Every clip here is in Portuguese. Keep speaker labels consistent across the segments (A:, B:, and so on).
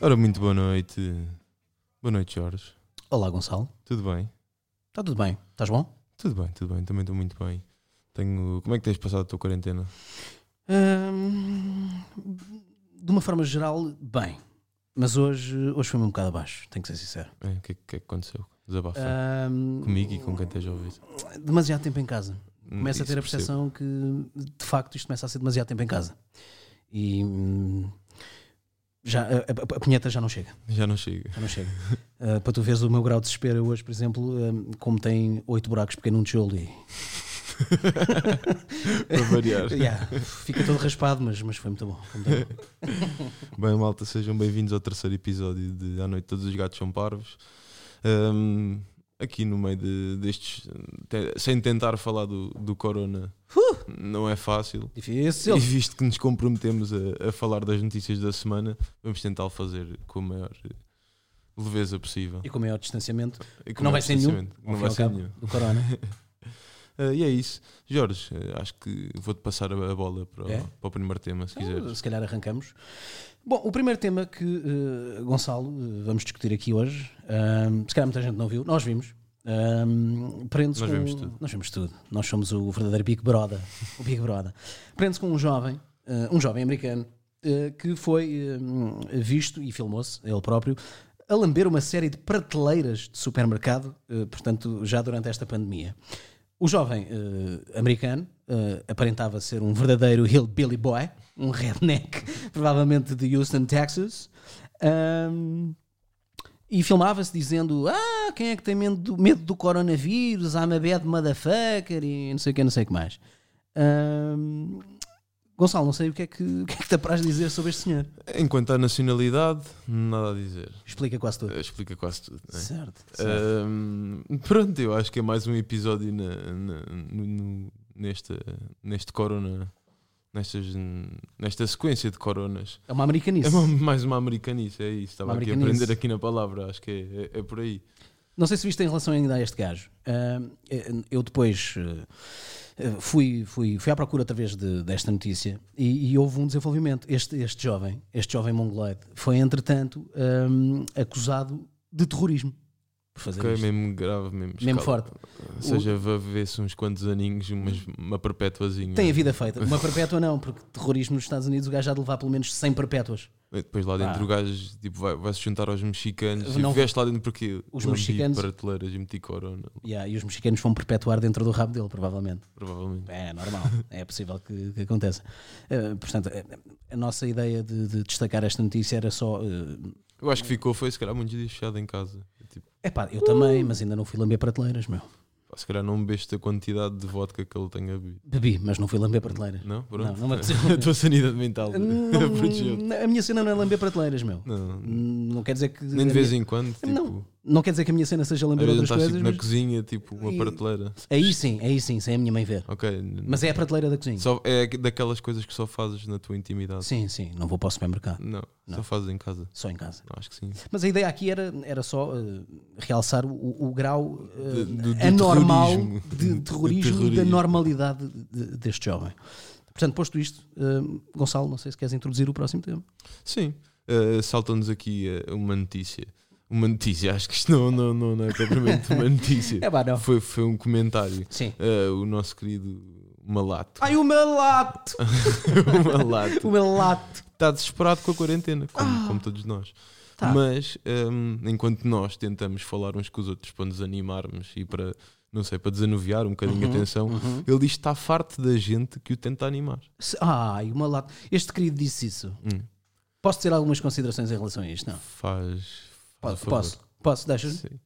A: Ora, muito boa noite. Boa noite, Jorge.
B: Olá, Gonçalo.
A: Tudo bem?
B: Está tudo bem? Estás bom?
A: Tudo bem, tudo bem. Também estou muito bem. Tenho... Como é que tens passado a tua quarentena?
B: Hum, de uma forma geral, bem. Mas hoje, hoje foi-me um bocado abaixo, tenho que ser sincero.
A: É, O que, é que- o que é que aconteceu? Desabafa.
B: Hum,
A: Comigo e com quem esteja a ouvir.
B: Demasiado tempo em casa. Começa a
A: Isso
B: ter a
A: percebo.
B: percepção que, de facto, isto começa a ser demasiado tempo em casa. E hum, já, a, a- a punheta já não chega.
A: Já não chega.
B: Já não chega. Ah, para tu veres o meu grau de desespero hoje, por exemplo, hum, como tem oito buracos pequeno num tijolo e
A: Para É variar.
B: Yeah, fica todo raspado, mas, mas foi muito bom. foi muito bom.
A: Bem, malta, sejam bem-vindos ao terceiro episódio de À Noite Todos os Gatos São Parvos. Ahm, aqui no meio de- destes. te- sem tentar falar do, do Corona,
B: Uh!
A: não é fácil.
B: Difícil.
A: E visto que nos comprometemos a, a falar das notícias da semana, vamos tentar o fazer com a maior eh, leveza possível.
B: E com o maior distanciamento
A: E com
B: não
A: o maior
B: vai ser nenhum,
A: distanciamento.
B: ao
A: Não
B: fim
A: vai
B: e ao
A: ser
B: cabo,
A: nenhum.
B: do corona.
A: Ah, e é isso. Jorge, eh, acho que vou-te passar a a bola para, o-
B: É?
A: para o primeiro tema, se
B: Então,
A: quiseres.
B: se calhar arrancamos. Bom, o primeiro tema que, eh, Gonçalo, eh, vamos discutir aqui hoje, ahm, se calhar muita gente não viu, nós vimos. ahm, prende-se
A: Nós
B: com-
A: vimos tudo.
B: Nós vimos tudo. Nós somos o verdadeiro Big Brother. O Big Brother. Prende-se com um jovem, eh, um jovem americano, eh, que foi eh, visto e filmou-se, ele próprio, a lamber uma série de prateleiras de supermercado, eh, portanto, já durante esta pandemia. O jovem eh, americano eh, aparentava ser um verdadeiro hillbilly boy, um redneck, provavelmente de Houston, Texas. ehm, Ahm, e filmava-se dizendo: Ah, quem é que tem medo do, medo do coronavírus? I'm a bad motherfucker e não sei o que, não sei o que mais. Ahm, Gonçalo, não sei o que é que, o que, é que te apraz dizer sobre este senhor.
A: Enquanto à nacionalidade, nada a dizer.
B: Explica quase tudo.
A: Eh, Explica quase tudo. não é?
B: Certo. certo.
A: Ahm, pronto, eu acho que é mais um episódio na- na- no- no- nesta, neste corona, nestas, nesta sequência de coronas.
B: é uma americanice.
A: É uma- mais uma americanice, é isso. Estava
B: Uma
A: aqui a
B: americanice.
A: aprender aqui na palavra, acho que é, é- é por aí.
B: Não sei se viste em relação ainda a este gajo. Ahm, eu depois eh, fui, fui, fui à procura através de, desta notícia e, e houve um desenvolvimento. Este, este jovem, este jovem mongoloide, foi entretanto ahm, acusado de terrorismo por fazer
A: Ok,
B: é isto.
A: mesmo grave, mesmo,
B: Mesmo
A: escala.
B: forte.
A: Ou seja, vai ver-se uns quantos aninhos, mas uma perpetuazinha.
B: Tem a vida feita. Uma perpétua não, porque terrorismo nos Estados Unidos o gajo há de levar pelo menos 100 perpétuas.
A: E Depois lá dentro
B: Ah.
A: o gajo tipo, vai, vai se juntar aos mexicanos.
B: Não-
A: e veste lá dentro porque
B: Os
A: lambi
B: mexicanos-
A: prateleiras e meti corona,
B: Yeah, e os mexicanos vão perpetuar dentro do rabo dele, provavelmente.
A: provavelmente.
B: É normal, é possível que, que aconteça. Eh, portanto, eh, a nossa ideia de, de destacar esta notícia era só eh,
A: Eu acho que ficou, foi se calhar muitos dias fechado em casa. Tipo,
B: É pá, eu também, mas ainda não fui lamber prateleiras, meu.
A: Pá, Se calhar não bebeste a quantidade de vodka que ele tenha bebido.
B: Bebi, mas não fui lamber prateleiras.
A: Não? Pronto.
B: Não, não me apeteceu.
A: a tua sanidade mental protegeu-te.
B: Não, a minha cena não é lamber prateleiras, meu.
A: Não.
B: Não quer dizer que.
A: Nem
B: a
A: de vez
B: minha-
A: em quando. Tipo,
B: Não, não quer dizer que a minha cena seja
A: Às
B: lamber
A: vezes
B: outras
A: estás
B: coisas,
A: tipo, na
B: mas.
A: cozinha, tipo uma
B: E-
A: prateleira.
B: Aí sim, aí sim, sem a minha mãe ver.
A: Ok.
B: Mas é a prateleira da cozinha.
A: Só, é daquelas coisas que só fazes na tua intimidade.
B: Sim, sim, não vou para o supermercado,
A: Não, Só fazes em casa.
B: só em casa.
A: Acho que sim.
B: Mas a ideia aqui era, era só eh, realçar o, o grau eh,
A: De- do- do
B: anormal
A: terrorismo.
B: de
A: De
B: terrorismo e da
A: terrorismo.
B: normalidade de- deste jovem. Portanto, posto isto, eh, Gonçalo, não sei se queres introduzir o próximo tema.
A: Sim. Uh, Saltam-nos aqui uh, uma notícia. Uma notícia, acho que isto não, não, não, não é propriamente uma notícia.
B: É pá, não.
A: Foi, foi um comentário.
B: Sim.
A: Uh, o nosso querido Malato.
B: Ai, o meu lato!
A: Malato.
B: O meu lato!
A: está tá desesperado com a quarentena, como, como todos nós.
B: Ah. Tá.
A: Mas hum, enquanto nós tentamos falar uns com os outros para nos animarmos e para, não sei, para desanuviar um bocadinho
B: Uhum,
A: a atenção, ele diz que está farto da gente que o tenta animar.
B: Se- Ai, o meu lato! Este querido disse isso.
A: Hum.
B: Posso ter algumas considerações em relação a isto? Não.
A: Faz. faz
B: Posso?
A: o favor.
B: Posso? Posso? Deixas-me?
A: Sim.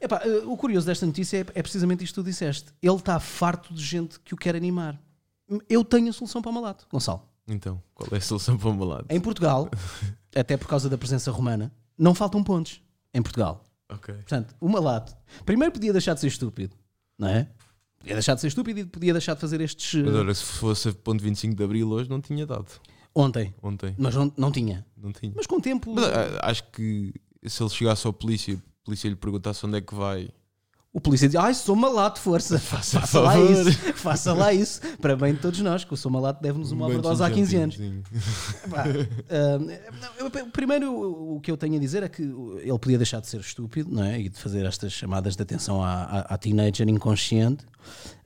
B: Epá, eh, o curioso desta notícia é, é precisamente isto que tu disseste. Ele está farto de gente que o quer animar. Eu tenho a solução para o malato, Gonçalo.
A: Então, qual é a solução para o meu lado?
B: Em Portugal, até por causa da presença romana, não faltam pontos. Em Portugal.
A: Ok.
B: Portanto, o malato. Primeiro podia deixar de ser estúpido, não é? Podia deixar de ser estúpido e podia deixar de fazer estes. eh,
A: Mas olha, se fosse a ponto 25 de abril hoje, não tinha dado.
B: Ontem.
A: Ontem,
B: Mas não, não tinha.
A: não tinha.
B: Mas com o tempo.
A: eh, Mas, ah, acho que se ele chegasse ao polícia e a polícia lhe perguntasse onde é que vai,
B: O polícia diz: Ai, sou malato, força. Faça, lá
A: favor."
B: isso. Faça lá isso. Para bem de todos nós, que o sou malato deve-nos uma
A: Momentos
B: overdose há 15 anos.
A: nojentinhos, sim.
B: Pá, hum, eu- eu- primeiro, o- o que eu tenho a dizer é que ele podia deixar de ser estúpido não é? e de fazer estas chamadas de atenção à, à, à teenager inconsciente.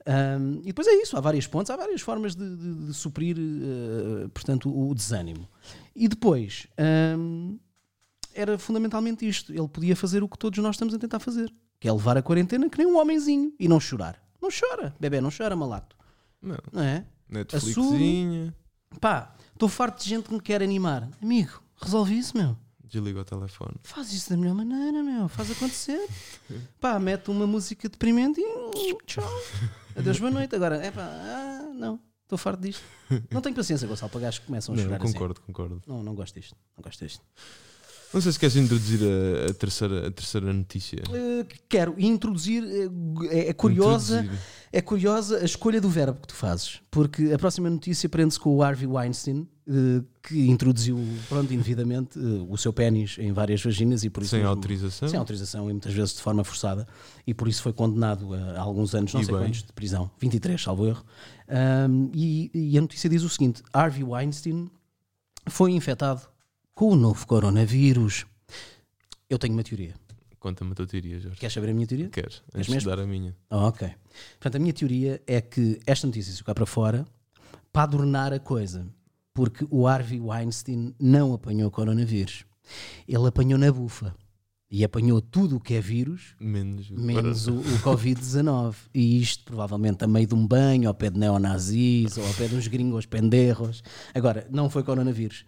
B: Hum, e depois é isso, há várias pontes, há várias formas de, de- de suprir, eh, portanto, o, o desânimo. E depois, hum, era fundamentalmente isto: ele podia fazer o que todos nós estamos a tentar fazer, que é levar a quarentena que nem um homenzinho e não chorar. Não chora, bebê, não chora, malato.
A: Não.
B: Não é?
A: Netflixinha,
B: Pá, estou farto de gente que me quer animar. Amigo, resolve isso, meu.
A: desliga o telefone.
B: Faz isso da melhor maneira, meu. Faz acontecer. Pá, mete uma música deprimente e tchau. Adeus, boa noite. Agora, é pá, ah, não. Estou farto disto. Não tenho paciência, Gonçalo, para gajos que começam a
A: Não,
B: chorar
A: concordo, concordo.
B: assim. Não, não gosto disto. Não gosto disto.
A: Não sei se queres introduzir a, a terceira, a terceira notícia.
B: Eh, quero introduzir, eh, gu- é, é curiosa,
A: Introduzir.
B: é curiosa a escolha do verbo que tu fazes, porque a próxima notícia prende-se com o Harvey Weinstein, eh, que introduziu, pronto, indevidamente, eh, o seu pênis em várias vaginas e por isso
A: Sem
B: mesmo-
A: autorização.
B: sem autorização e muitas vezes de forma forçada, e por isso foi condenado a, a alguns anos, não
A: E
B: sei
A: bem.
B: quantos, de prisão, 23, salvo erro. Ahm, e, e a notícia diz o seguinte: Harvey Weinstein foi infectado com o novo coronavírus. Eu tenho uma teoria.
A: Conta-me a tua teoria, Jorge.
B: Queres saber a minha teoria?
A: Queres? Antes de
B: mesmo?
A: dar a minha.
B: Ah, ok. Portanto, a minha teoria é que esta notícia se cá para fora para adornar a coisa, porque o Harvey Weinstein não apanhou coronavírus. Ele apanhou na bufa e apanhou tudo o que é vírus,
A: Menos. o-
B: menos o, o Covid-19. E isto provavelmente a meio de um banho, ao pé de neonazis, ou ao pé de uns gringos penderros. Agora, não foi coronavírus.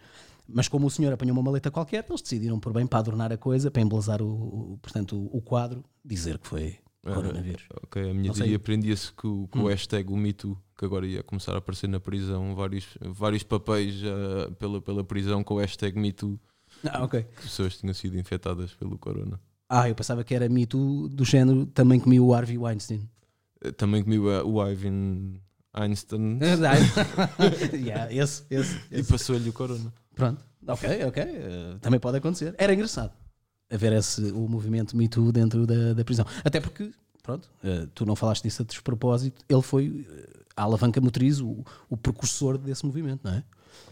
B: Mas como o senhor apanhou uma maleta qualquer, eles decidiram por bem para adornar a coisa, para embelezar o, o- portanto, o, o quadro, dizer que foi
A: Ah,
B: coronavírus.
A: Ok, a minha
B: Não sei. Hum.
A: teoria prendia-se com, com o hashtag o mito que agora ia começar a aparecer na prisão, vários, vários papéis ah, pela, pela prisão com o hashtag mito
B: Ah, ok.
A: que pessoas tinham sido infectadas pelo corona.
B: Ah, eu pensava que era mito do género também comi o Harvey Weinstein.
A: Eh, Também comigo ah, o Ivan Einstein
B: yeah, esse, esse,
A: e
B: esse.
A: passou-lhe o corona.
B: Pronto, ok, ok. eh, também pode acontecer. Era engraçado haver esse, o movimento Me Too dentro da, da prisão. Até porque, pronto, eh, tu não falaste disso a despropósito, ele foi eh, a alavanca motriz, o, o precursor desse movimento, não é?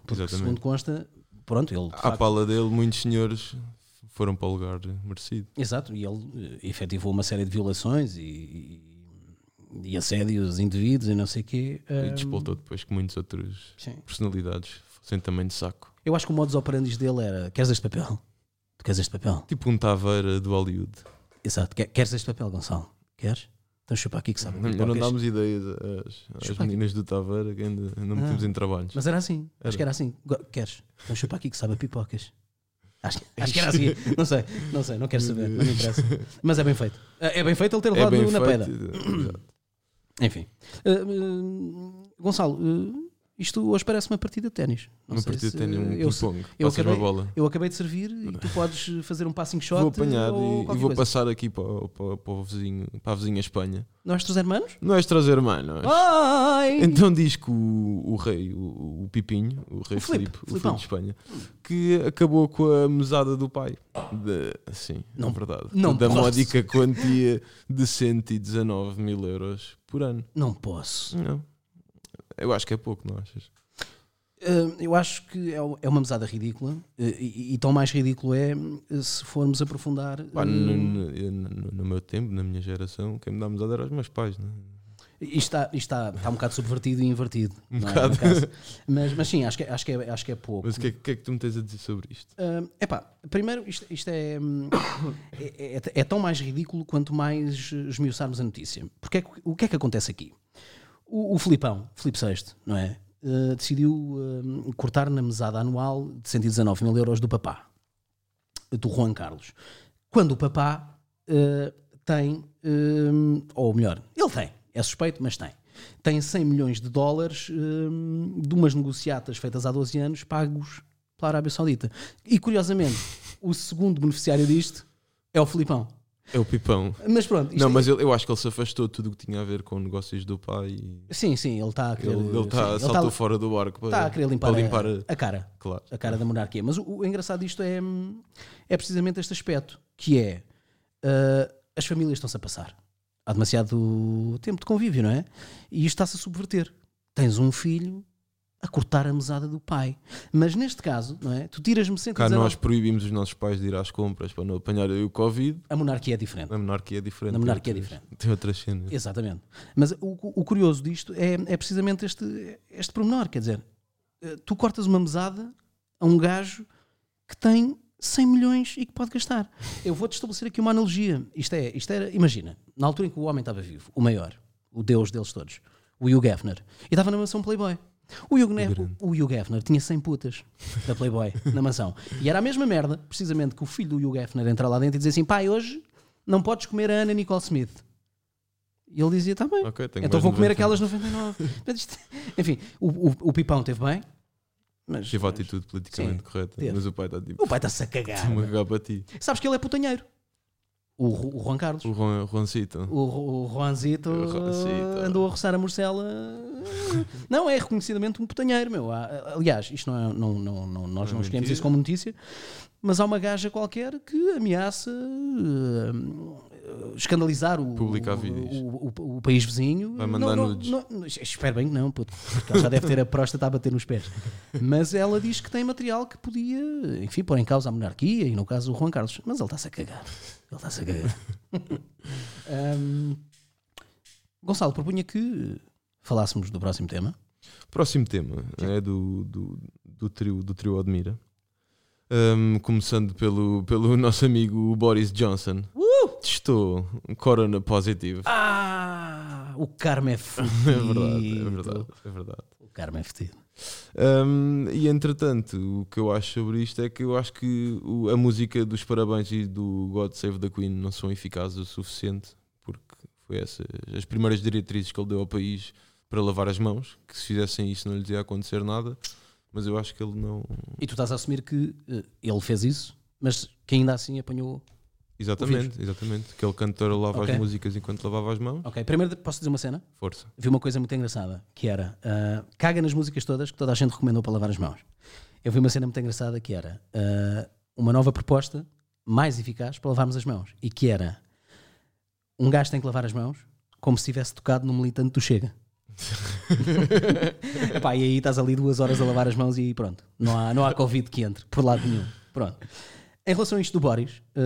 B: Porque,
A: Exatamente.
B: segundo consta, pronto, ele. de
A: À
B: facto,
A: pala dele, muitos senhores foram para o lugar merecido.
B: Exato, e ele eh, efetivou uma série de violações e, e, e assédios indevidos e não sei o quê.
A: E
B: eh,
A: despoltou depois que muitas outras
B: sim.
A: personalidades fossem também de saco.
B: Eu acho que o modus operandi dele era: queres este papel? Tu queres este papel?
A: Tipo um Taveira do Hollywood.
B: Exato, que- queres este papel, Gonçalo? Queres? Então chupa aqui que sabe.
A: Não, não
B: pipocas.
A: dámos ideias às, às
B: Chupa aqui. Ah.
A: meninas do Taveira que ainda não metemos em trabalhos.
B: Mas era assim, acho que era assim. Go- Queres? Então chupa aqui que sabe a pipocas. Acho, acho que era assim, não sei, não sei, não quero saber, não me interessa. Mas é bem feito. É é bem feito ele ter levado na pedra.
A: Exato.
B: Enfim, Ah, ah, Gonçalo, ah, isto hoje parece uma partida de ténis. Não
A: Uma
B: sei
A: partida
B: se-
A: tem um
B: eu, se-
A: ping-pong.
B: eu
A: Passas uma
B: acabei-
A: bola.
B: eu acabei de servir e tu podes fazer um passing shot.
A: Vou apanhar
B: ou
A: e- e,
B: qualquer
A: vou
B: coisa.
A: passar aqui para, o- para, o- para o vizinho, para a vizinha Espanha.
B: Nós, teus hermanos?
A: Não és trazer hermanos.
B: Ai!
A: Então diz que o, o rei, o, o Pipinho, o rei
B: O Filipe,
A: Filipe, o Filipe
B: Filipão.
A: de Espanha, que acabou com a mesada do pai. De, sim,
B: Não-
A: é verdade.
B: não
A: da
B: posso.
A: módica quantia de 119 mil euros por ano.
B: Não posso.
A: Não. Eu acho que é pouco, não achas?
B: Ah, eu acho que é, é uma mesada ridícula ah, e, e tão mais ridículo é ah, se formos aprofundar.
A: Pá,
B: ah,
A: no, no- eu- no- no meu tempo, na minha geração, quem me dá mesada eram os meus pais, não é?
B: Isto está, isto está, está um bocado subvertido e invertido.
A: Um
B: não é,
A: bocado.
B: no caso. mas, mas sim, acho que, acho que, é, acho que é pouco.
A: Mas o que, é, que é que tu me tens a dizer sobre isto?
B: Ah, epá, primeiro, isto, isto é, hum, é, é- é tão mais ridículo quanto mais eh, esmiuçarmos a notícia. Porque é que- o que é que acontece aqui? O, o Filipão, Filipe VI, não é? Eh, decidiu hum, cortar na mesada anual de 119 mil euros do papá, do Juan Carlos. Quando o papá eh, tem, hum, ou melhor, ele tem, é suspeito, mas tem. Tem 100 milhões de dólares hum, de umas negociatas feitas há 12 anos, pagos pela Arábia Saudita. E curiosamente, o segundo beneficiário disto é o Filipão.
A: É o Pipão.
B: Mas pronto, isto
A: não,
B: é-
A: mas ele- eu acho que ele se afastou de tudo o que tinha a ver com negócios do pai e
B: sim, sim, ele está a querer,
A: ele, ele
B: sim,
A: tá,
B: ele
A: saltou
B: está-
A: fora do barco para,
B: está a querer limpar,
A: para
B: a-
A: limpar
B: a cara.
A: Claro.
B: a cara da monarquia. Mas o, o engraçado disto é, hum, é precisamente este aspecto, que é ah, as famílias eh, estão-se a passar. há demasiado tempo de convívio, não é? E isto está-se a subverter. Tens um filho a cortar a mesada do pai. Mas neste caso, não é? Tu tiras-me
A: Cá
B: 119.
A: nós proibimos os nossos pais de ir às compras para não apanhar o Covid.
B: A monarquia é diferente.
A: Na monarquia é diferente.
B: Na
A: tem
B: monarquia é
A: outras-
B: diferente.
A: Tem outras cenas.
B: Exatamente. Mas o, o curioso disto é, é precisamente este, este pormenor. Quer dizer, eh, tu cortas uma mesada a um gajo que tem 100 milhões e que pode gastar. Eu vou-te estabelecer aqui uma analogia. Isto é, isto era, imagina, na altura em que o homem estava vivo, o maior, o deus deles todos, o Hugh Hefner, e estava na mansão Playboy. O Hugh, Nef- o Hugh Hefner tinha 100 putas da Playboy na mansão. E era a mesma merda, precisamente, que o filho do Hugh Hefner entrar lá dentro e dizer assim: pai, hoje não podes comer a Ana Nicole Smith. E ele dizia: tá bem,
A: Ok, tenho
B: então
A: mais
B: vão comer
A: 99.
B: aquelas 99. Portanto, isto- Enfim, o, o, o Pipão teve bem, mas
A: Tive a atitude politicamente correta.
B: teve.
A: Mas o pai está tipo.
B: o pai tá está-se a cagar.
A: Estou-me a cagar para ti.
B: Sabes que ele é putanheiro. O, Ru- o Juan Carlos.
A: O Juan- o Juancito.
B: O, Ru- o Juanzito
A: O Juancito.
B: andou a roçar a morcela. Não, é reconhecidamente um putanheiro, meu. Há- Aliás, isto não é, não, não, não- nós
A: é
B: não escolhemos
A: mentira.
B: isso como notícia, mas há uma gaja qualquer que ameaça eh, escandalizar o,
A: Publicar
B: o,
A: vídeos.
B: o- o- o país vizinho.
A: Vai mandar
B: não, não,
A: nudes.
B: não- não- espero bem que não, puto, porque ela já deve ter a próstata a bater nos pés. Mas ela diz que tem material que podia, enfim, pôr em causa a monarquia e, no caso, o Juan Carlos. Mas ele está-se a cagar. Ele está-se a cagar. Hum, Gonçalo, propunha que falássemos do próximo tema.
A: Próximo tema é do, do, do trio, do trio Admira. Ahm, começando pelo, pelo nosso amigo Boris Johnson.
B: Uh!
A: Testou um corona positivo.
B: Ah, o karma é fedido.
A: É verdade, é verdade, é verdade.
B: O karma é fedido.
A: Ahm, e entretanto, o que eu acho sobre isto é que eu acho que o- a música dos parabéns e do God Save the Queen não são eficazes o suficiente, porque foi essas as primeiras diretrizes que ele deu ao país para lavar as mãos, que se fizessem isso não lhes ia acontecer nada, mas eu acho que ele não.
B: E tu estás a assumir que eh, ele fez isso, mas que ainda assim apanhou.
A: Exatamente, exatamente. Aquele cantor lava
B: Ok.
A: as músicas enquanto lavava as mãos.
B: Ok, primeiro posso dizer uma cena?
A: Força.
B: Vi uma coisa muito engraçada que era ah, caga nas músicas todas que toda a gente recomendou para lavar as mãos. Eu vi uma cena muito engraçada que era ah, uma nova proposta mais eficaz para lavarmos as mãos e que era um gajo tem que lavar as mãos como se tivesse tocado num militante do Chega. Epá, e aí estás ali duas horas a lavar as mãos e pronto. Não há, não há Covid que entre por lado nenhum. Pronto. Em relação a isto do Boris, ah,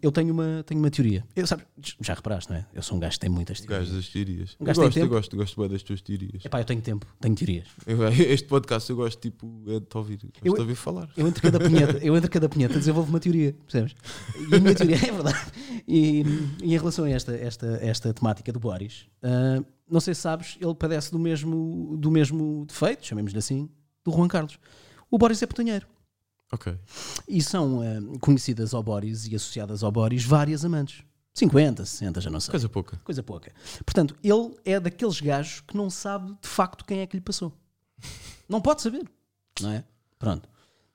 B: eu tenho uma, tenho uma teoria. Eu, sabes, já reparaste, não é? Eu sou um gajo que tem muitas teorias.
A: Gajo das teorias. Eu
B: Um gajo tem
A: gosto, eu
B: tempo? É.
A: gosto, gosto bem das tuas teorias.
B: Epá, eu tenho tempo, tenho teorias.
A: Eu- este podcast eu gosto, tipo, é de te ouvir, gosto
B: Eu-
A: de ouvir falar.
B: Eu entre cada punheta, eu entre cada punheta desenvolvo uma teoria, percebes? E a minha teoria é verdade. E, e em relação a esta, esta, esta temática do Boris, ah, não sei se sabes, ele padece do mesmo, do mesmo defeito, chamemos-lhe assim, do Juan Carlos. O Boris é putanheiro.
A: Ok.
B: E são ah, conhecidas ao Boris e associadas ao Boris várias amantes. 50, 60, já não sei.
A: Coisa pouca.
B: Coisa pouca. Portanto, ele é daqueles gajos que não sabe de facto quem é que lhe passou. Não pode saber, não é? Pronto.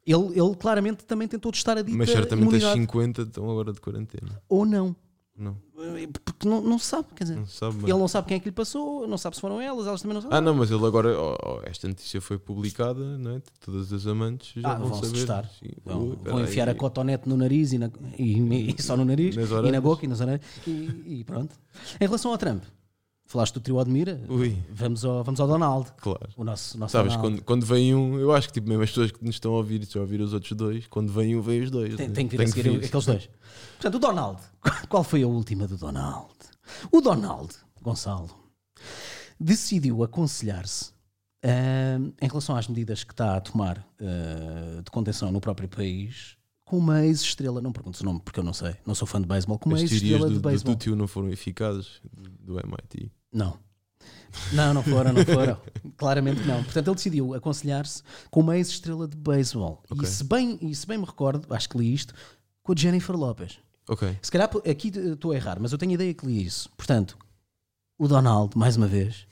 B: Ele, ele claramente também tentou testar a dita
A: Mas certamente assim as
B: imunidade.
A: 50 estão agora de quarentena.
B: Ou não. Eh,
A: Não,
B: Porque não, não sabe, quer dizer.
A: não se sabe. mas-
B: Ele não sabe quem é que lhe passou, não sabe se foram elas, elas também não sabem.
A: Ah, não, mas ele agora. ó, ó, esta notícia foi publicada, não é? Todas as amantes já
B: Ah,
A: vão
B: vão-se
A: saber.
B: testar.
A: Sim.
B: Vão,
A: Ui,
B: vão
A: peraí.
B: enfiar a cotonete no nariz e, na- e- e só no nariz,
A: Nas
B: e na
A: orelhas.
B: boca e nas orelhas, e, e pronto. Em relação ao Trump, falaste do trio Admira,
A: Ui,
B: vamos ao, vamos ao Donald,
A: claro.
B: o nosso, nosso
A: Sabes,
B: Donald.
A: quando, quando vem um, eu acho que tipo, mesmo as pessoas que nos estão a ouvir, se já ouvir os outros dois, quando vem um, vem os dois.
B: Tem,
A: né?
B: tem que vir a seguir aqueles dois. Portanto, o Donald. Qual foi a última do Donald? O Donald, Gonçalo, decidiu aconselhar-se ahm, em relação às medidas que está a tomar ah, de contenção no próprio país com uma ex-estrela, não pergunto o nome porque eu não sei, não sou fã de beisebol, com uma
A: As teorias
B: ex-estrela
A: do,
B: é de
A: do,
B: beisebol.
A: do tio não foram eficazes, do, do MIT.
B: Não. Não, não foram, não foram. Claramente que não. Portanto, ele decidiu aconselhar-se com uma ex-estrela de beisebol. E,
A: Ok.
B: se bem, e se bem me recordo, acho que li isto, com a Jennifer Lopez.
A: Ok.
B: Se calhar p- aqui eh, estou a errar, mas eu tenho a ideia que li isso. Portanto, o Donald, mais uma vez,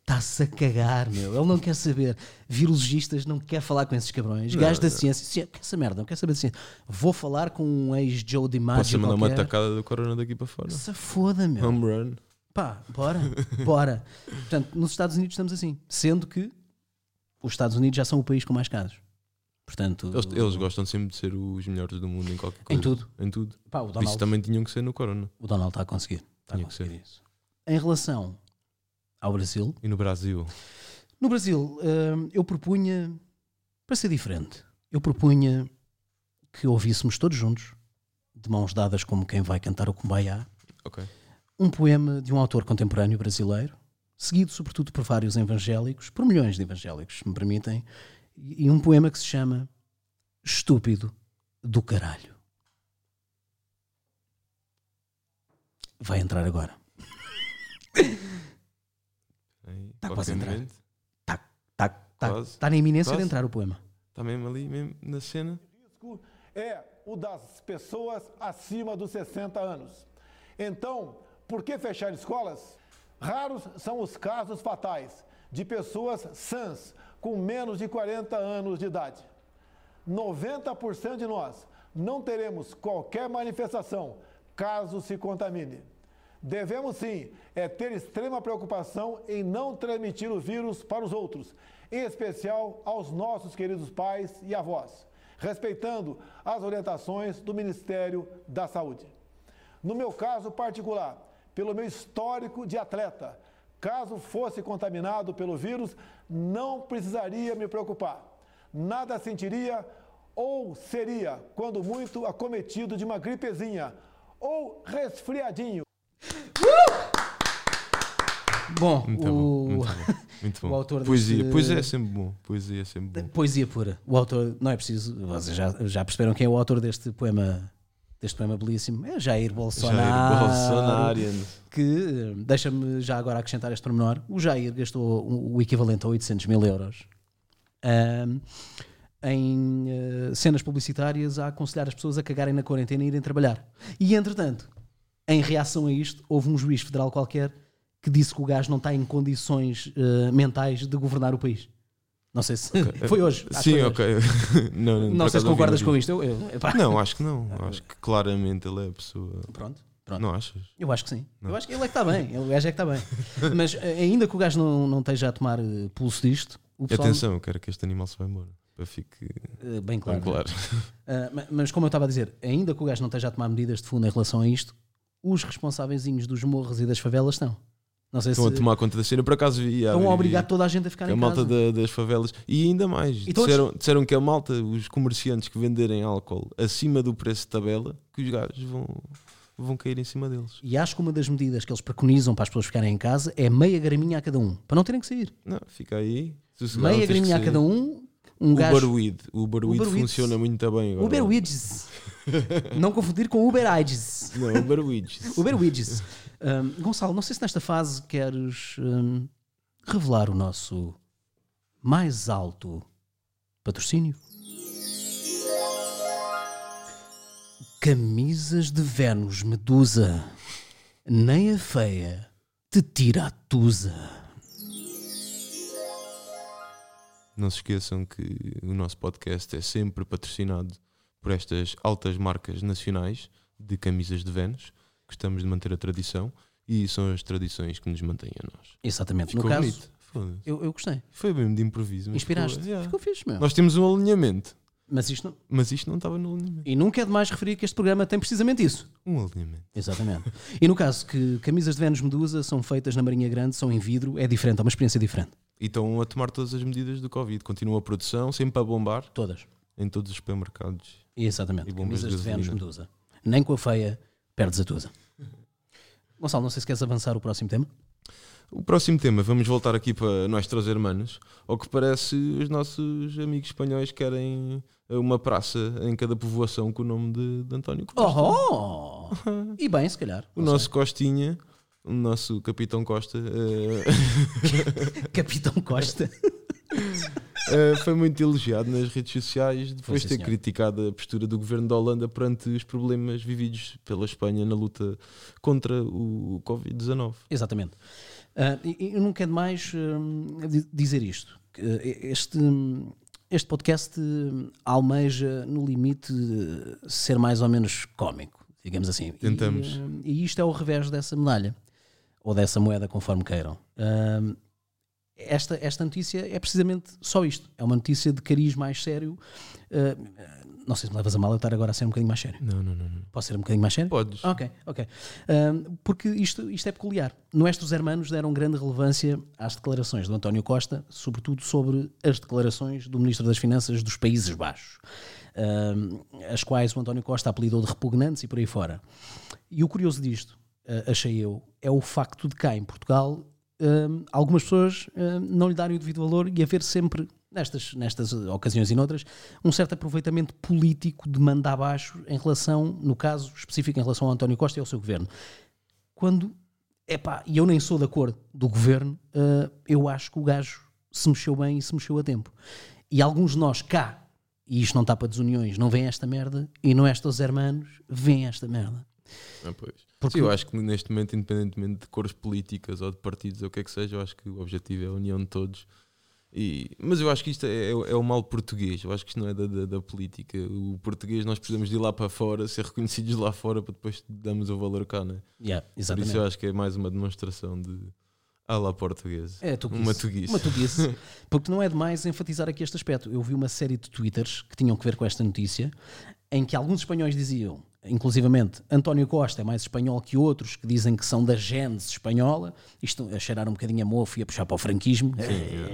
B: está-se a cagar, meu. Ele não quer saber. Virologistas não quer falar com esses cabrões. Gajos da ciência. Sim, que essa merda, não quer saber de ciência. Vou falar com um ex-Joe
A: Posso
B: DiMaggio
A: mandar uma
B: qualquer.
A: tacada do corona daqui para fora?
B: Se foda, meu.
A: Home run.
B: Pá, bora, bora. Portanto, nos Estados Unidos estamos assim. Sendo que os Estados Unidos já são o país com mais casos. Portanto,
A: Eles, eles gostam sempre de ser os melhores do mundo em qualquer
B: em
A: coisa.
B: tudo.
A: Em tudo.
B: Pá, o
A: Por isso
B: Donald
A: também tinham que ser no corona.
B: o Donald está a conseguir. Está a
A: Tinha que
B: conseguir isso. em relação ao Brasil.
A: E no Brasil?
B: No Brasil, hum, eu propunha, para ser diferente, eu propunha que ouvíssemos todos juntos, de mãos dadas como quem vai cantar o Kumbaya,
A: Ok.
B: um poema de um autor contemporâneo brasileiro, seguido sobretudo por vários evangélicos, por milhões de evangélicos, se me permitem, e e um poema que se chama Estúpido do Caralho. Vai entrar agora.
A: Tá
B: quase a entrar. Está tá,
A: Quase.
B: tá na iminência
A: Quase.
B: de entrar o poema.
A: Está mesmo ali, mesmo na cena.
C: risco é o das pessoas acima dos 60 anos. Então, por que fechar escolas? Raros são os casos fatais de pessoas sãs com menos de 40 anos de idade. 90% de nós não teremos qualquer manifestação caso se contamine. Devemos sim é ter extrema preocupação em não transmitir o vírus para os outros, em especial aos nossos queridos pais e avós, respeitando as orientações do Ministério da Saúde. No meu caso particular, pelo meu histórico de atleta, caso fosse contaminado pelo vírus, não precisaria me preocupar. Nada sentiria ou seria, quando muito, acometido de uma gripezinha ou resfriadinho.
B: Bom,
A: Muito
B: o...
A: bom. Então, Muito bom. Muito bom.
B: o autor
A: poesia.
B: deste-
A: Poesia é sempre bom. Poesia é sempre bom.
B: Poesia pura. O autor, não é preciso, vocês já, já perceberam quem é o autor deste poema, deste poema belíssimo? É Jair Bolsonaro.
A: Jair Bolsonaro.
B: Que, eh, deixa-me já agora acrescentar este pormenor, o Jair gastou o o equivalente a 800 mil euros ahm, em eh, cenas publicitárias a aconselhar as pessoas a cagarem na quarentena e irem trabalhar. E, entretanto, em reação a isto, houve um juiz federal qualquer que disse que o gajo não está em condições eh, mentais de governar o país. Não sei se foi hoje. acho que
A: Sim,
B: foi hoje.
A: ok. não, não, por
B: Tá, Não sei
A: acaso
B: se
A: ouvi,
B: concordas
A: ouvi.
B: com Tá, isto. Eu, eu- epá.
A: Não, acho que não. Acho que claramente ele é a pessoa.
B: Pronto, pronto.
A: Não achas?
B: Eu acho que sim. Eu acho que ele é que está bem. Ele, o gajo é que está bem. Mas eh, ainda que o gajo não, não esteja a tomar eh, pulso disto, o pessoal.
A: Atenção, eu quero que este animal se vá embora. Para fique
B: eh, bem claro.
A: bem claro.
B: Eh, ma- mas como eu estava a dizer, ainda que o gajo não esteja a tomar medidas de fundo em relação a isto, os responsáveiszinhos dos morros e das favelas estão. Não sei
A: Estão a
B: se
A: tomar conta da cena. Por acaso vi. a
B: estão
A: abrir-
B: a obrigar toda a gente a ficar
A: que é a
B: em
A: malta
B: casa.
A: da- das favelas. E ainda mais,
B: E todos-
A: disseram, disseram que a malta, os comerciantes que venderem álcool acima do preço de tabela, que os gajos vão, vão cair em cima deles.
B: E acho que uma das medidas que eles preconizam para as pessoas ficarem em casa é meia graminha a cada um, para não terem que sair.
A: Não, fica aí.
B: meia graminha a cada um, um
A: O
B: gajo.
A: Uberweed. O Uberweed
B: Uberweed.
A: funciona muito bem agora.
B: Uber Widges. não confundir com Uber AIDS.
A: Não, Uberweed.
B: Uber Widges. Um, Gonçalo, não sei se nesta fase queres um, revelar o nosso mais alto patrocínio. Camisas de Vênus Medusa. Nem a feia te tira a tusa.
A: Não se esqueçam que o nosso podcast é sempre patrocinado por estas altas marcas nacionais de camisas de Vênus. Gostamos de manter a tradição e são as tradições que nos mantêm a nós.
B: Exatamente.
A: Ficou
B: no caso,
A: bonito. Foda-se.
B: eu, eu gostei.
A: Foi mesmo de improviso. mas
B: Inspiraste.
A: ficou- yeah.
B: Ficou fixe, meu.
A: Nós temos um alinhamento,
B: Mas isto não...
A: mas isto não estava no alinhamento.
B: E nunca é demais referir que este programa tem precisamente isso.
A: Um alinhamento.
B: Exatamente. E no caso que camisas de Vênus Medusa são feitas na Marinha Grande, são em vidro, é diferente, é uma experiência diferente.
A: E estão a tomar todas as medidas do Covid. Continua a produção, sempre a bombar
B: Todas.
A: em todos os supermercados.
B: Exatamente.
A: E bombas
B: camisas
A: de
B: de Vênus
A: gasolina.
B: Medusa. Nem com a feia, perdes a tusa. Gonçalo, não sei se queres avançar o próximo tema.
A: O próximo tema, vamos voltar aqui para Nuestros Hermanos. Ao que parece, os nossos amigos espanhóis querem uma praça em cada povoação com o nome de, de António Costa.
B: Oh! e bem, se calhar.
A: O
B: Não
A: nosso Costinha, o nosso Capitão Costa, eh,
B: sei. Capitão Costa.
A: Uh, foi muito elogiado nas redes sociais depois de
B: sim,
A: ter
B: senhor.
A: criticado a postura do governo da Holanda perante os problemas vividos pela Espanha na luta contra o Covid-19.
B: Exatamente. Ah, e, e eu não quero mais hum, di- dizer isto. que, eh, Este, hum, este podcast hum, almeja, no limite, eh, ser mais ou menos cómico, digamos assim.
A: Tentamos.
B: E, hum, E, isto é o revés dessa medalha, ou dessa moeda, conforme queiram. Hum, esta, esta notícia é precisamente só isto. É uma notícia de cariz mais sério. Eh, não sei se me levas a mal eu estar agora a ser um bocadinho mais sério.
A: Não, não, não. não.
B: Posso ser um bocadinho mais sério?
A: Podes.
B: Ok, ok. Ahm, porque isto, isto é peculiar. Nuestros hermanos deram grande relevância às declarações do António Costa, sobretudo sobre as declarações do Ministro das Finanças dos Países Baixos, ahm, as quais o António Costa apelidou de repugnantes e por aí fora. E o curioso disto, ah, achei eu, é o facto de cá em Portugal ahm, algumas pessoas ahm, não lhe darem o devido valor e haver sempre nestas, nestas eh, ocasiões e noutras, um certo aproveitamento político de manda abaixo em relação, no caso específico, em relação ao António Costa e ao seu governo. Quando, epá, e eu nem sou da cor do governo, eh, eu acho que o gajo se mexeu bem e se mexeu a tempo. E alguns de nós cá, e isto não tapa desuniões, não vêem esta merda, e não é estes hermanos veem esta merda.
A: Ah, pois.
B: Porque-
A: Sim, eu acho que neste momento, independentemente de cores políticas ou de partidos ou o que é que seja, eu acho que o objetivo é a união de todos. E, mas eu acho que isto é, é o- é o mal português, eu acho que isto não é da, da- da política. O português nós precisamos de ir lá para fora, ser reconhecidos lá fora para depois darmos o valor cá, né?
B: Yeah,
A: Por
B: exatamente.
A: isso eu acho que é mais uma demonstração de ah lá português.
B: É, tuguice.
A: Uma tuguice.
B: Uma tuguice. Porque não é demais enfatizar aqui este aspecto. Eu vi uma série de twitters que tinham que ver com esta notícia, em que alguns espanhóis diziam, inclusivamente, António Costa é mais espanhol que outros, que dizem que são da gênese espanhola, isto a cheirar um bocadinho a mofo e a puxar para o franquismo. É,
A: é,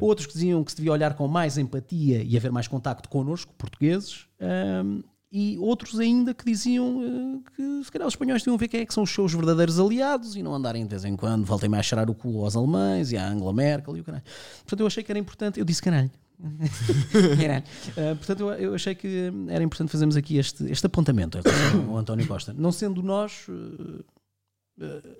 B: Outros que diziam que se devia olhar com mais empatia e haver mais contacto connosco, portugueses. Ahm, e outros ainda que diziam eh, que se calhar os espanhóis deviam ver quem é que são os seus verdadeiros aliados e não andarem de vez em quando, voltem mais a cheirar o culo aos alemães e à Angela Merkel e o caralho. Portanto, eu achei que era importante, eu disse caralho. Caralho. Ah, portanto, eu, eu achei que hum, era importante fazermos aqui este, este apontamento em relação ao António Costa. Não sendo nós eh, eh,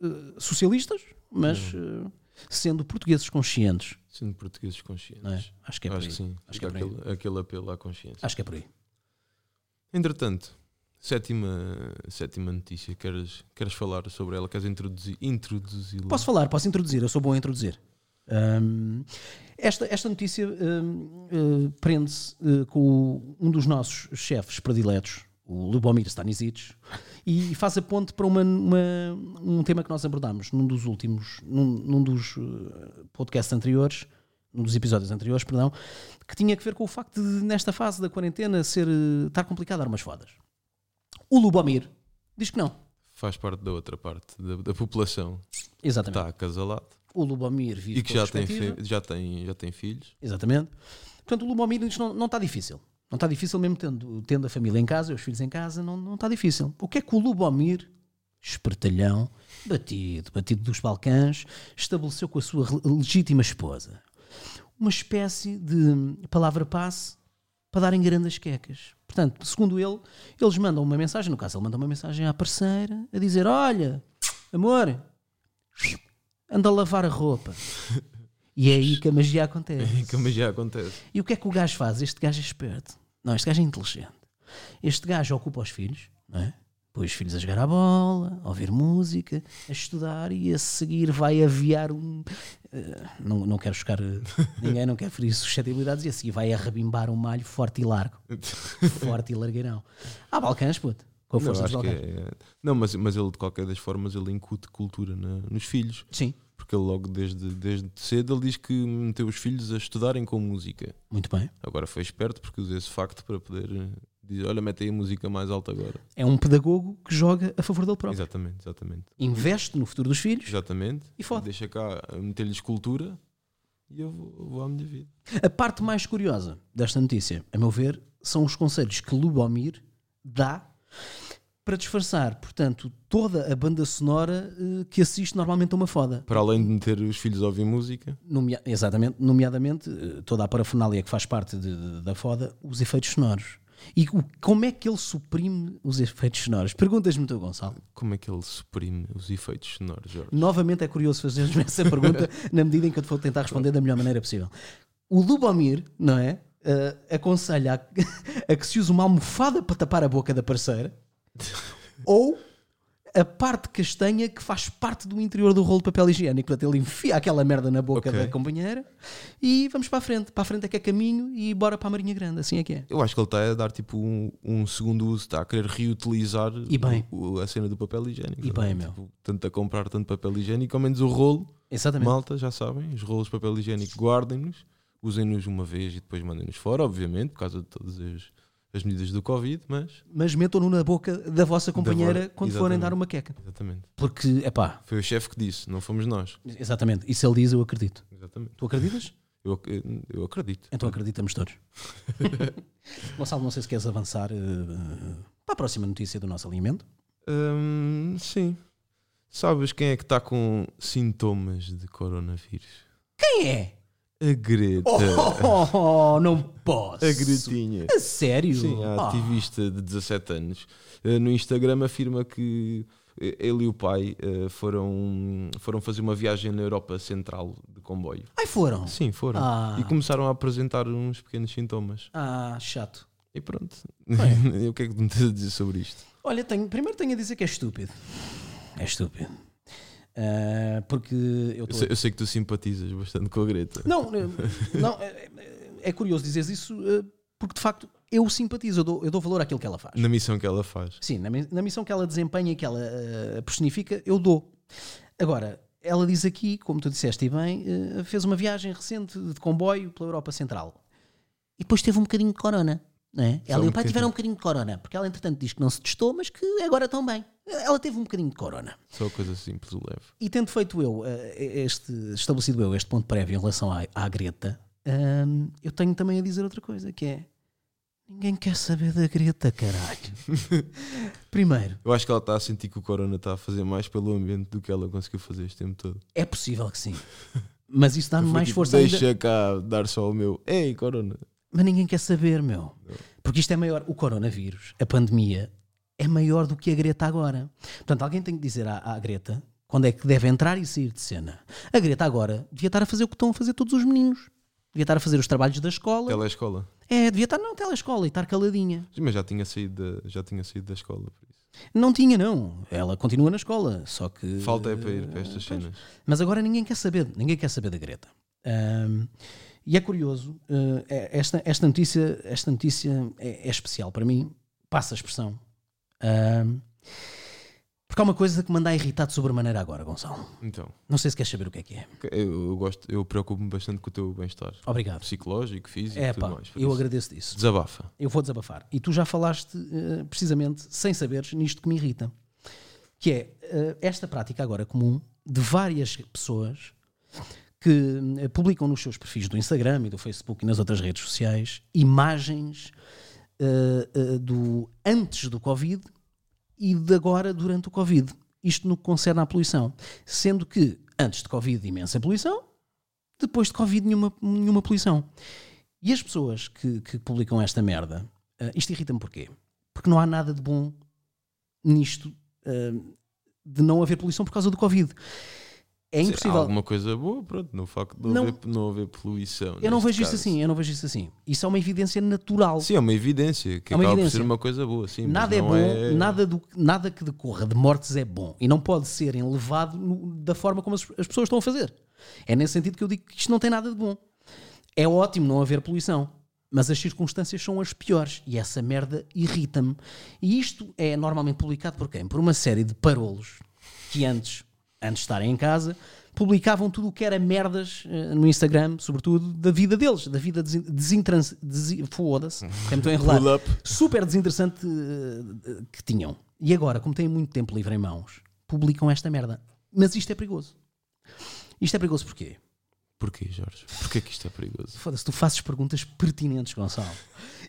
B: eh, socialistas, mas eh, sendo portugueses conscientes,
A: Sendo portugueses
B: não é?
A: conscientes.
B: Acho que é por
A: acho
B: aí.
A: que sim.
B: Acho que é
A: Fica
B: por aí.
A: aquele, aquele apelo à consciência.
B: Acho que é por aí.
A: Entretanto, sétima, sétima notícia, queres, queres falar sobre ela? Queres introduzi- introduzi-la?
B: Posso falar, posso introduzir, eu sou bom a introduzir. Hum, esta, esta notícia hum, eh, prende-se eh, com o- um dos nossos chefes prediletos, o Lubomir Stanisic, e faz a ponte para uma- uma- um tema que nós abordámos num dos últimos, num, num dos eh, podcasts anteriores, num dos episódios anteriores, perdão, que tinha que ver com o facto de, nesta fase da quarentena, ser, eh, estar complicado dar umas fodas. O Lubomir diz que não.
A: Faz parte da outra parte da, da população que
B: Exatamente.
A: está acasalado
B: O Lubomir
A: Tá.
B: vive
A: e que
B: com a
A: já tem,
B: perspectiva.
A: fi- já, tem, já tem filhos.
B: Exatamente. Portanto, o Lubomir diz que não, não está difícil. Não está difícil mesmo tendo, tendo a família em casa, os filhos em casa, não, não está difícil. O que é que o Lubomir, espertalhão, batido, batido dos Balcãs, estabeleceu com a sua re- legítima esposa? Uma espécie de palavra-passe para darem grandes quecas. Portanto, segundo ele, eles mandam uma mensagem, no caso ele manda uma mensagem à parceira, a dizer, olha, amor, anda a lavar a roupa. E é aí que a magia acontece.
A: E como já acontece.
B: E o que é que o gajo faz? Este gajo é esperto. Não, este gajo é inteligente. Este gajo ocupa os filhos, não é? Põe os filhos a jogar à bola, a ouvir música, a estudar e a seguir vai aviar um. eh, não, não quero chocar eh, ninguém, não quero ferir suscetibilidades e a seguir vai arrebimbar um malho forte e largo. Forte e largueirão. Há Balcãs, puto. Com a
A: Não,
B: força dos
A: acho que
B: Balcãs.
A: é- não mas, mas ele de qualquer das formas ele incute cultura na- nos filhos.
B: Sim,
A: Porque ele logo desde, desde cedo ele diz que meteu os filhos a estudarem com música.
B: muito bem.
A: Agora foi esperto porque usou esse facto para poder eh, dizer, olha, mete aí a música mais alta agora.
B: É um pedagogo que joga a favor dele próprio.
A: Exatamente, exatamente.
B: Investe no futuro dos filhos.
A: Exatamente.
B: E fode.
A: Deixa cá meter-lhes cultura e eu vou, vou à minha vida.
B: A parte mais curiosa desta notícia, a meu ver, são os conselhos que Lubomir dá para disfarçar, portanto, toda a banda sonora eh, que assiste normalmente a uma foda.
A: Para além de meter os filhos a ouvir música,
B: Nomea- exatamente, nomeadamente eh, toda a parafernália que faz parte de- de- da foda, os efeitos sonoros. E o- como é que ele suprime os efeitos sonoros? Perguntas-me tu, Gonçalo.
A: como é que ele suprime os efeitos sonoros, Jorge?
B: Novamente é curioso fazer-me essa pergunta na medida em que eu te vou tentar responder da melhor maneira possível. O Lubomir, não é? Ah, aconselha a, que- a que se use uma almofada para tapar a boca da parceira ou a parte castanha que faz parte do interior do rolo de papel higiênico. Portanto, ele enfia aquela merda na boca
A: Ok.
B: da companheira e vamos para a frente. Para a frente é que é caminho e bora para a Marinha Grande. Assim é que é.
A: Eu acho que ele está a dar tipo um, um segundo uso, está a querer reutilizar
B: E bem.
A: o- a cena do papel higiênico.
B: E bem, meu.
A: Tipo, tanto a comprar tanto papel higiênico, ao menos o rolo.
B: Exatamente.
A: Malta, já sabem, os rolos de papel higiênico guardem-nos, usem-nos uma vez e depois mandem-nos fora, obviamente, por causa de todas as, as medidas do Covid, mas.
B: Mas metam-no na boca da vossa companheira
A: vo-
B: quando forem
A: exatamente.
B: dar uma queca.
A: Exatamente.
B: Porque, é pá,
A: Foi o chefe que disse, não fomos nós.
B: exatamente. Isso ele diz, eu acredito.
A: Exatamente.
B: Tu acreditas?
A: Eu, ac- eu acredito.
B: Então acreditamos todos. Gonçalo, não sei se queres avançar eh, eh, para a próxima notícia do nosso alimento.
A: Hum, sim. Sabes quem é que está com sintomas de coronavírus?
B: Quem é?
A: A Greta.
B: Oh, oh, não posso.
A: A Gretinha.
B: A sério?
A: Sim, a
B: Ah,
A: ativista de 17 anos eh, no Instagram afirma que eh, ele e o pai eh, foram, foram fazer uma viagem na Europa Central de comboio.
B: Aí foram.
A: Sim, foram.
B: Ah.
A: E começaram a apresentar uns pequenos sintomas.
B: Ah, chato.
A: E pronto. o que é que me tens a dizer sobre isto?
B: Olha, tenho, primeiro tenho a dizer que é estúpido. É estúpido. Ah, porque eu
A: Eu
B: estou.
A: sei, eu sei que tu simpatizas bastante com a Greta.
B: Não, eh, não eh, é, curioso dizeres isso eh, porque de facto eu simpatizo, eu dou, eu dou valor àquilo que ela faz.
A: Na missão que ela faz.
B: Sim, na, mi- na missão que ela desempenha e que ela eh, personifica, eu dou. Agora, ela diz aqui, como tu disseste e bem, eh, fez uma viagem recente de comboio pela Europa Central. E depois teve um bocadinho de corona. Não é? Ela e
A: um
B: o pai tiveram um bocadinho de corona, porque ela entretanto diz que não se testou, mas que agora estão bem. Ela teve um bocadinho de corona.
A: Só coisa simples, o leve.
B: E tendo feito eu, eh, este, estabelecido eu este ponto prévio em relação à, à Greta, hum, eu tenho também a dizer outra coisa, que é ninguém quer saber da Greta, caralho. Primeiro,
A: Eu acho que ela está a sentir que o corona está a fazer mais pelo ambiente do que ela conseguiu fazer este tempo todo.
B: é possível que sim, mas isso dá-me
A: Foi
B: mais
A: tipo,
B: força
A: Deixa
B: ainda.
A: cá dar só o meu. Ei, corona.
B: Mas ninguém quer saber, meu. Porque isto é maior. O coronavírus, a pandemia, é maior do que a Greta agora. Portanto, alguém tem que dizer à, à Greta quando é que deve entrar e sair de cena. A Greta agora devia estar a fazer o que estão a fazer todos os meninos. Devia estar a fazer os trabalhos da escola.
A: Ela é a escola.
B: É, devia estar na telescola e estar caladinha.
A: Sim, Mas já tinha saído da, já tinha saído da escola. Por isso.
B: Não tinha, não. Ela continua na escola, só que.
A: Falta é para ir para
B: Ah,
A: estas cenas.
B: Mas agora ninguém quer saber, ninguém quer saber da Greta. Ahm, e é curioso, eh, é- esta, esta notícia, esta notícia é, é especial para mim, passa a expressão. Ahm, porque há uma coisa que me anda a irritar de sobremaneira agora, Gonçalo.
A: Então,
B: Não sei se queres saber o que é que é.
A: eu, eu gosto, eu preocupo-me bastante com o teu bem-estar
B: Obrigado.
A: psicológico, físico
B: É
A: e tudo
B: pá,
A: mais. por
B: eu
A: isso.
B: agradeço disso.
A: Desabafa.
B: eu vou desabafar. E tu já falaste eh, precisamente, sem saberes, nisto que me irrita. Que é eh, esta prática agora comum de várias pessoas que eh, publicam nos seus perfis do Instagram e do Facebook e nas outras redes sociais imagens eh, eh, do antes do Covid e de agora durante o Covid. Isto no que concerne à poluição. Sendo que antes de Covid, imensa poluição, depois de Covid, nenhuma, nenhuma poluição. E as pessoas que, que publicam esta merda, eh, isto irrita-me porquê? Porque não há nada de bom nisto eh, de não haver poluição por causa do Covid. É
A: Sim, há
B: impossível.
A: alguma coisa boa, pronto, no facto de
B: Não-
A: não, haver, não haver poluição.
B: Eu não
A: neste
B: vejo isto
A: caso.
B: assim, eu não vejo isto assim. Isso é uma evidência natural.
A: Sim, é uma evidência que
B: É uma
A: acaba
B: evidência.
A: por ser uma coisa boa. Sim, mas
B: nada é
A: não
B: bom, Nada, do, nada que decorra de mortes é bom e não pode ser elevado no- da forma como as, as pessoas estão a fazer. É nesse sentido que eu digo que isto não tem nada de bom. É ótimo não haver poluição, mas as circunstâncias são as piores e essa merda irrita-me. E isto é normalmente publicado por quem? Por uma série de parolos que antes, antes de estarem em casa, publicavam tudo o que era merdas eh, no Instagram, sobretudo da vida deles, da vida desin- desintrans... Desi... Foda-se, até me estou a enrolar
A: Pull up.
B: super desinteressante eh, que tinham. E agora, como têm muito tempo livre em mãos, publicam esta merda. Mas isto é perigoso. Isto é perigoso porquê?
A: Porquê, Jorge? Porquê que isto é perigoso?
B: Foda-se, tu fazes perguntas pertinentes, Gonçalo.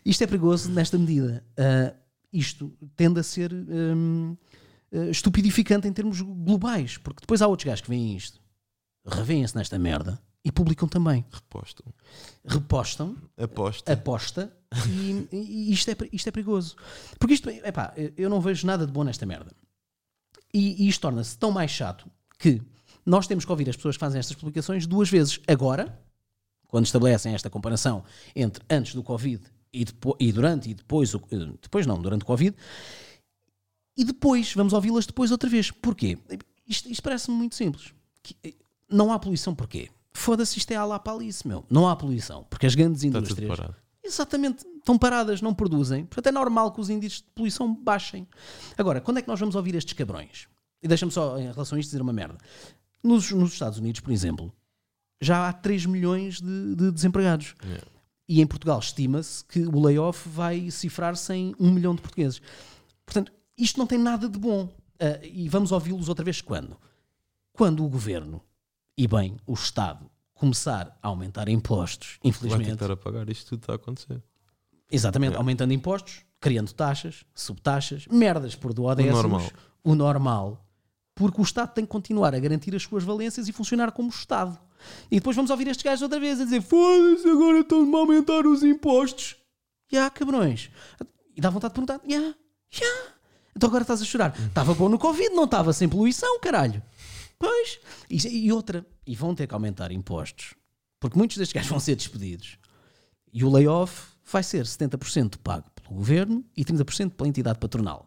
B: Isto é perigoso nesta medida. Ah, isto tende a ser hum, ah, estupidificante em termos globais, porque depois há outros gajos que veem isto, revêem-se nesta merda e publicam também.
A: Repostam.
B: Repostam
A: Aposta.
B: aposta e, e isto, é, per- isto é perigoso. Porque isto, epá, eu não vejo nada de bom nesta merda. E, e isto torna-se tão mais chato que nós temos que ouvir as pessoas que fazem estas publicações duas vezes. Agora, quando estabelecem esta comparação entre antes do Covid e, depo- e durante e depois, o- eh, depois não, durante o Covid, E depois, vamos ouvi-las depois outra vez. Porquê? Isto, isto parece-me muito simples. Que- eh, Não há poluição porquê? Foda-se, isto é à lá palice, meu. Não há poluição. Porque as grandes
A: tudo
B: indústrias...
A: parado.
B: Exatamente. Estão paradas, não produzem. Portanto, é normal que os índices de poluição baixem. Agora, quando é que nós vamos ouvir estes cabrões? E deixa-me só, em relação a isto, dizer uma merda. Nos, nos Estados Unidos, por exemplo, já há 3 milhões de, de desempregados.
A: É.
B: E em Portugal estima-se que o layoff vai cifrar-se em 1 milhão de portugueses. Portanto, isto não tem nada de bom. Ah, e vamos ouvi-los outra vez quando? Quando o governo, e bem, o Estado, começar a aumentar impostos,
A: Vai
B: infelizmente.
A: tentar apagar isto tudo está a acontecer.
B: Exatamente, aumentando impostos, criando taxas, subtaxas, merdas por do ODS,
A: normal.
B: o normal, porque o Estado tem que continuar a garantir as suas valências e funcionar como Estado. E depois vamos ouvir estes gajos outra vez a dizer: foda-se, agora estão-me a aumentar os impostos. E há cabrões. E dá vontade de perguntar: já, já. Então agora estás a chorar. Estava bom no Covid, não estava sem poluição, caralho. Pois. E, e outra, e vão ter que aumentar impostos. Porque muitos destes gajos vão ser despedidos. E o layoff vai ser 70% pago pelo governo e 30% pela entidade patronal.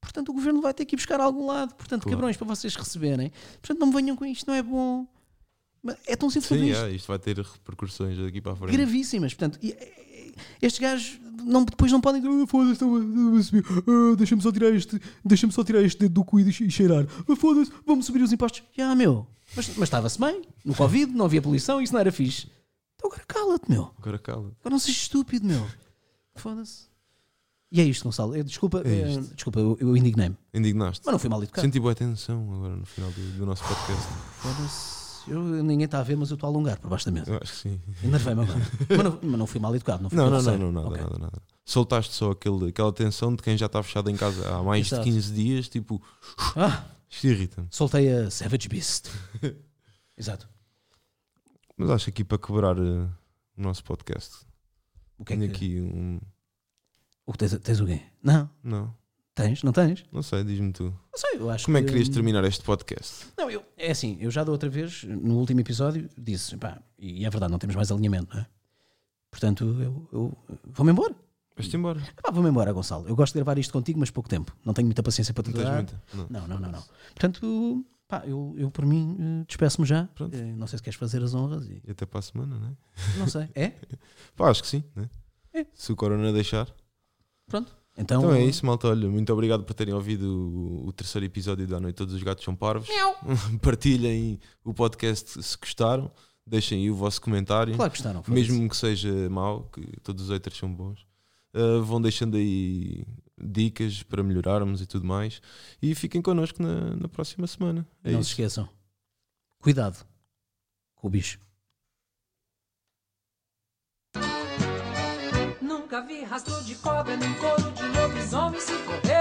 B: Portanto, o governo vai ter que ir buscar a algum lado. Portanto, cabrões, para vocês receberem. Portanto, não me venham com isto, não é bom. Mas É tão simples quanto
A: Sim,
B: isto
A: é, isto vai ter repercussões daqui para a frente.
B: gravíssimas. Portanto, e- e- estes gajos não, depois não podem. dizer, "Ah, Foda-se, estão a- estão a subir. Ah, deixa-me só tirar este, deixa-me só tirar este dedo do cu e deixa- e cheirar. Ah, Foda-se, vamos subir os impostos. Já, meu. Mas, mas estava-se bem, no Covid, não havia poluição, isso não era fixe. Então agora cala-te, meu.
A: Agora cala.
B: Agora não sejas estúpido, meu. Foda-se. E é isto, Gonçalo. Eu- desculpa,
A: É
B: eh,
A: isto.
B: desculpa, eu, eu indignei-me.
A: Indignaste.
B: Mas não fui mal educado.
A: Senti boa tensão agora no final do, do nosso podcast.
B: Foda-se. Eu, ninguém está a ver, mas eu estou a alongar por baixo da mesa.
A: Eu acho que sim.
B: Enervei-me agora. mas, não, mas não fui mal educado. Não, fui
A: Ah. Não, não, não, não,
B: grosseiro.
A: nada,
B: Ok.
A: nada, nada. Soltaste só aquele, aquela tensão de quem já está fechado em casa há mais
B: Exato.
A: de 15 dias, tipo,
B: Ah.
A: isto irrita-me.
B: Soltei a Savage Beast. Exato.
A: Mas acho aqui para quebrar eh, o nosso podcast.
B: O que é
A: Tenho
B: que,
A: aqui um.
B: o que tens, tens o quê? Não,
A: Não,
B: tens, não tens?
A: não sei, diz-me tu.
B: Não sei, eu acho
A: Como é que
B: que
A: querias terminar este podcast?
B: Não, eu, é assim, eu já da outra vez, no último episódio, disse, pá, e é verdade, não temos mais alinhamento, não é? Portanto, eu, eu vou-me embora.
A: Vais-te embora.
B: Pá, vou-me embora, Gonçalo. Eu gosto de gravar isto contigo, mas pouco tempo. Não tenho muita paciência para te
A: Não tens
B: dar.
A: muita? Não.
B: Não, não, não, não. Portanto, pá, eu, eu por mim eh, despeço-me já. Eh, Não sei se queres fazer as honras. E...
A: E até para a semana, não é?
B: Não sei. É?
A: Pá, acho que sim, né?
B: É.
A: Se o Corona deixar.
B: Pronto. Então,
A: Então é isso, malta. Olha, muito obrigado por terem ouvido o, o terceiro episódio da Noite Todos os Gatos São Parvos. Partilhem o podcast se gostaram. Deixem aí o vosso comentário.
B: Claro que gostaram. foda-se.
A: Mesmo que seja mau, que todos os haters são bons. Uh, vão deixando aí dicas para melhorarmos e tudo mais. E fiquem connosco na, na próxima semana. É
B: não
A: isso.
B: se esqueçam. Cuidado com o bicho.
D: Nunca vi rastro de cobra nem couro de lobisomem se correr. é é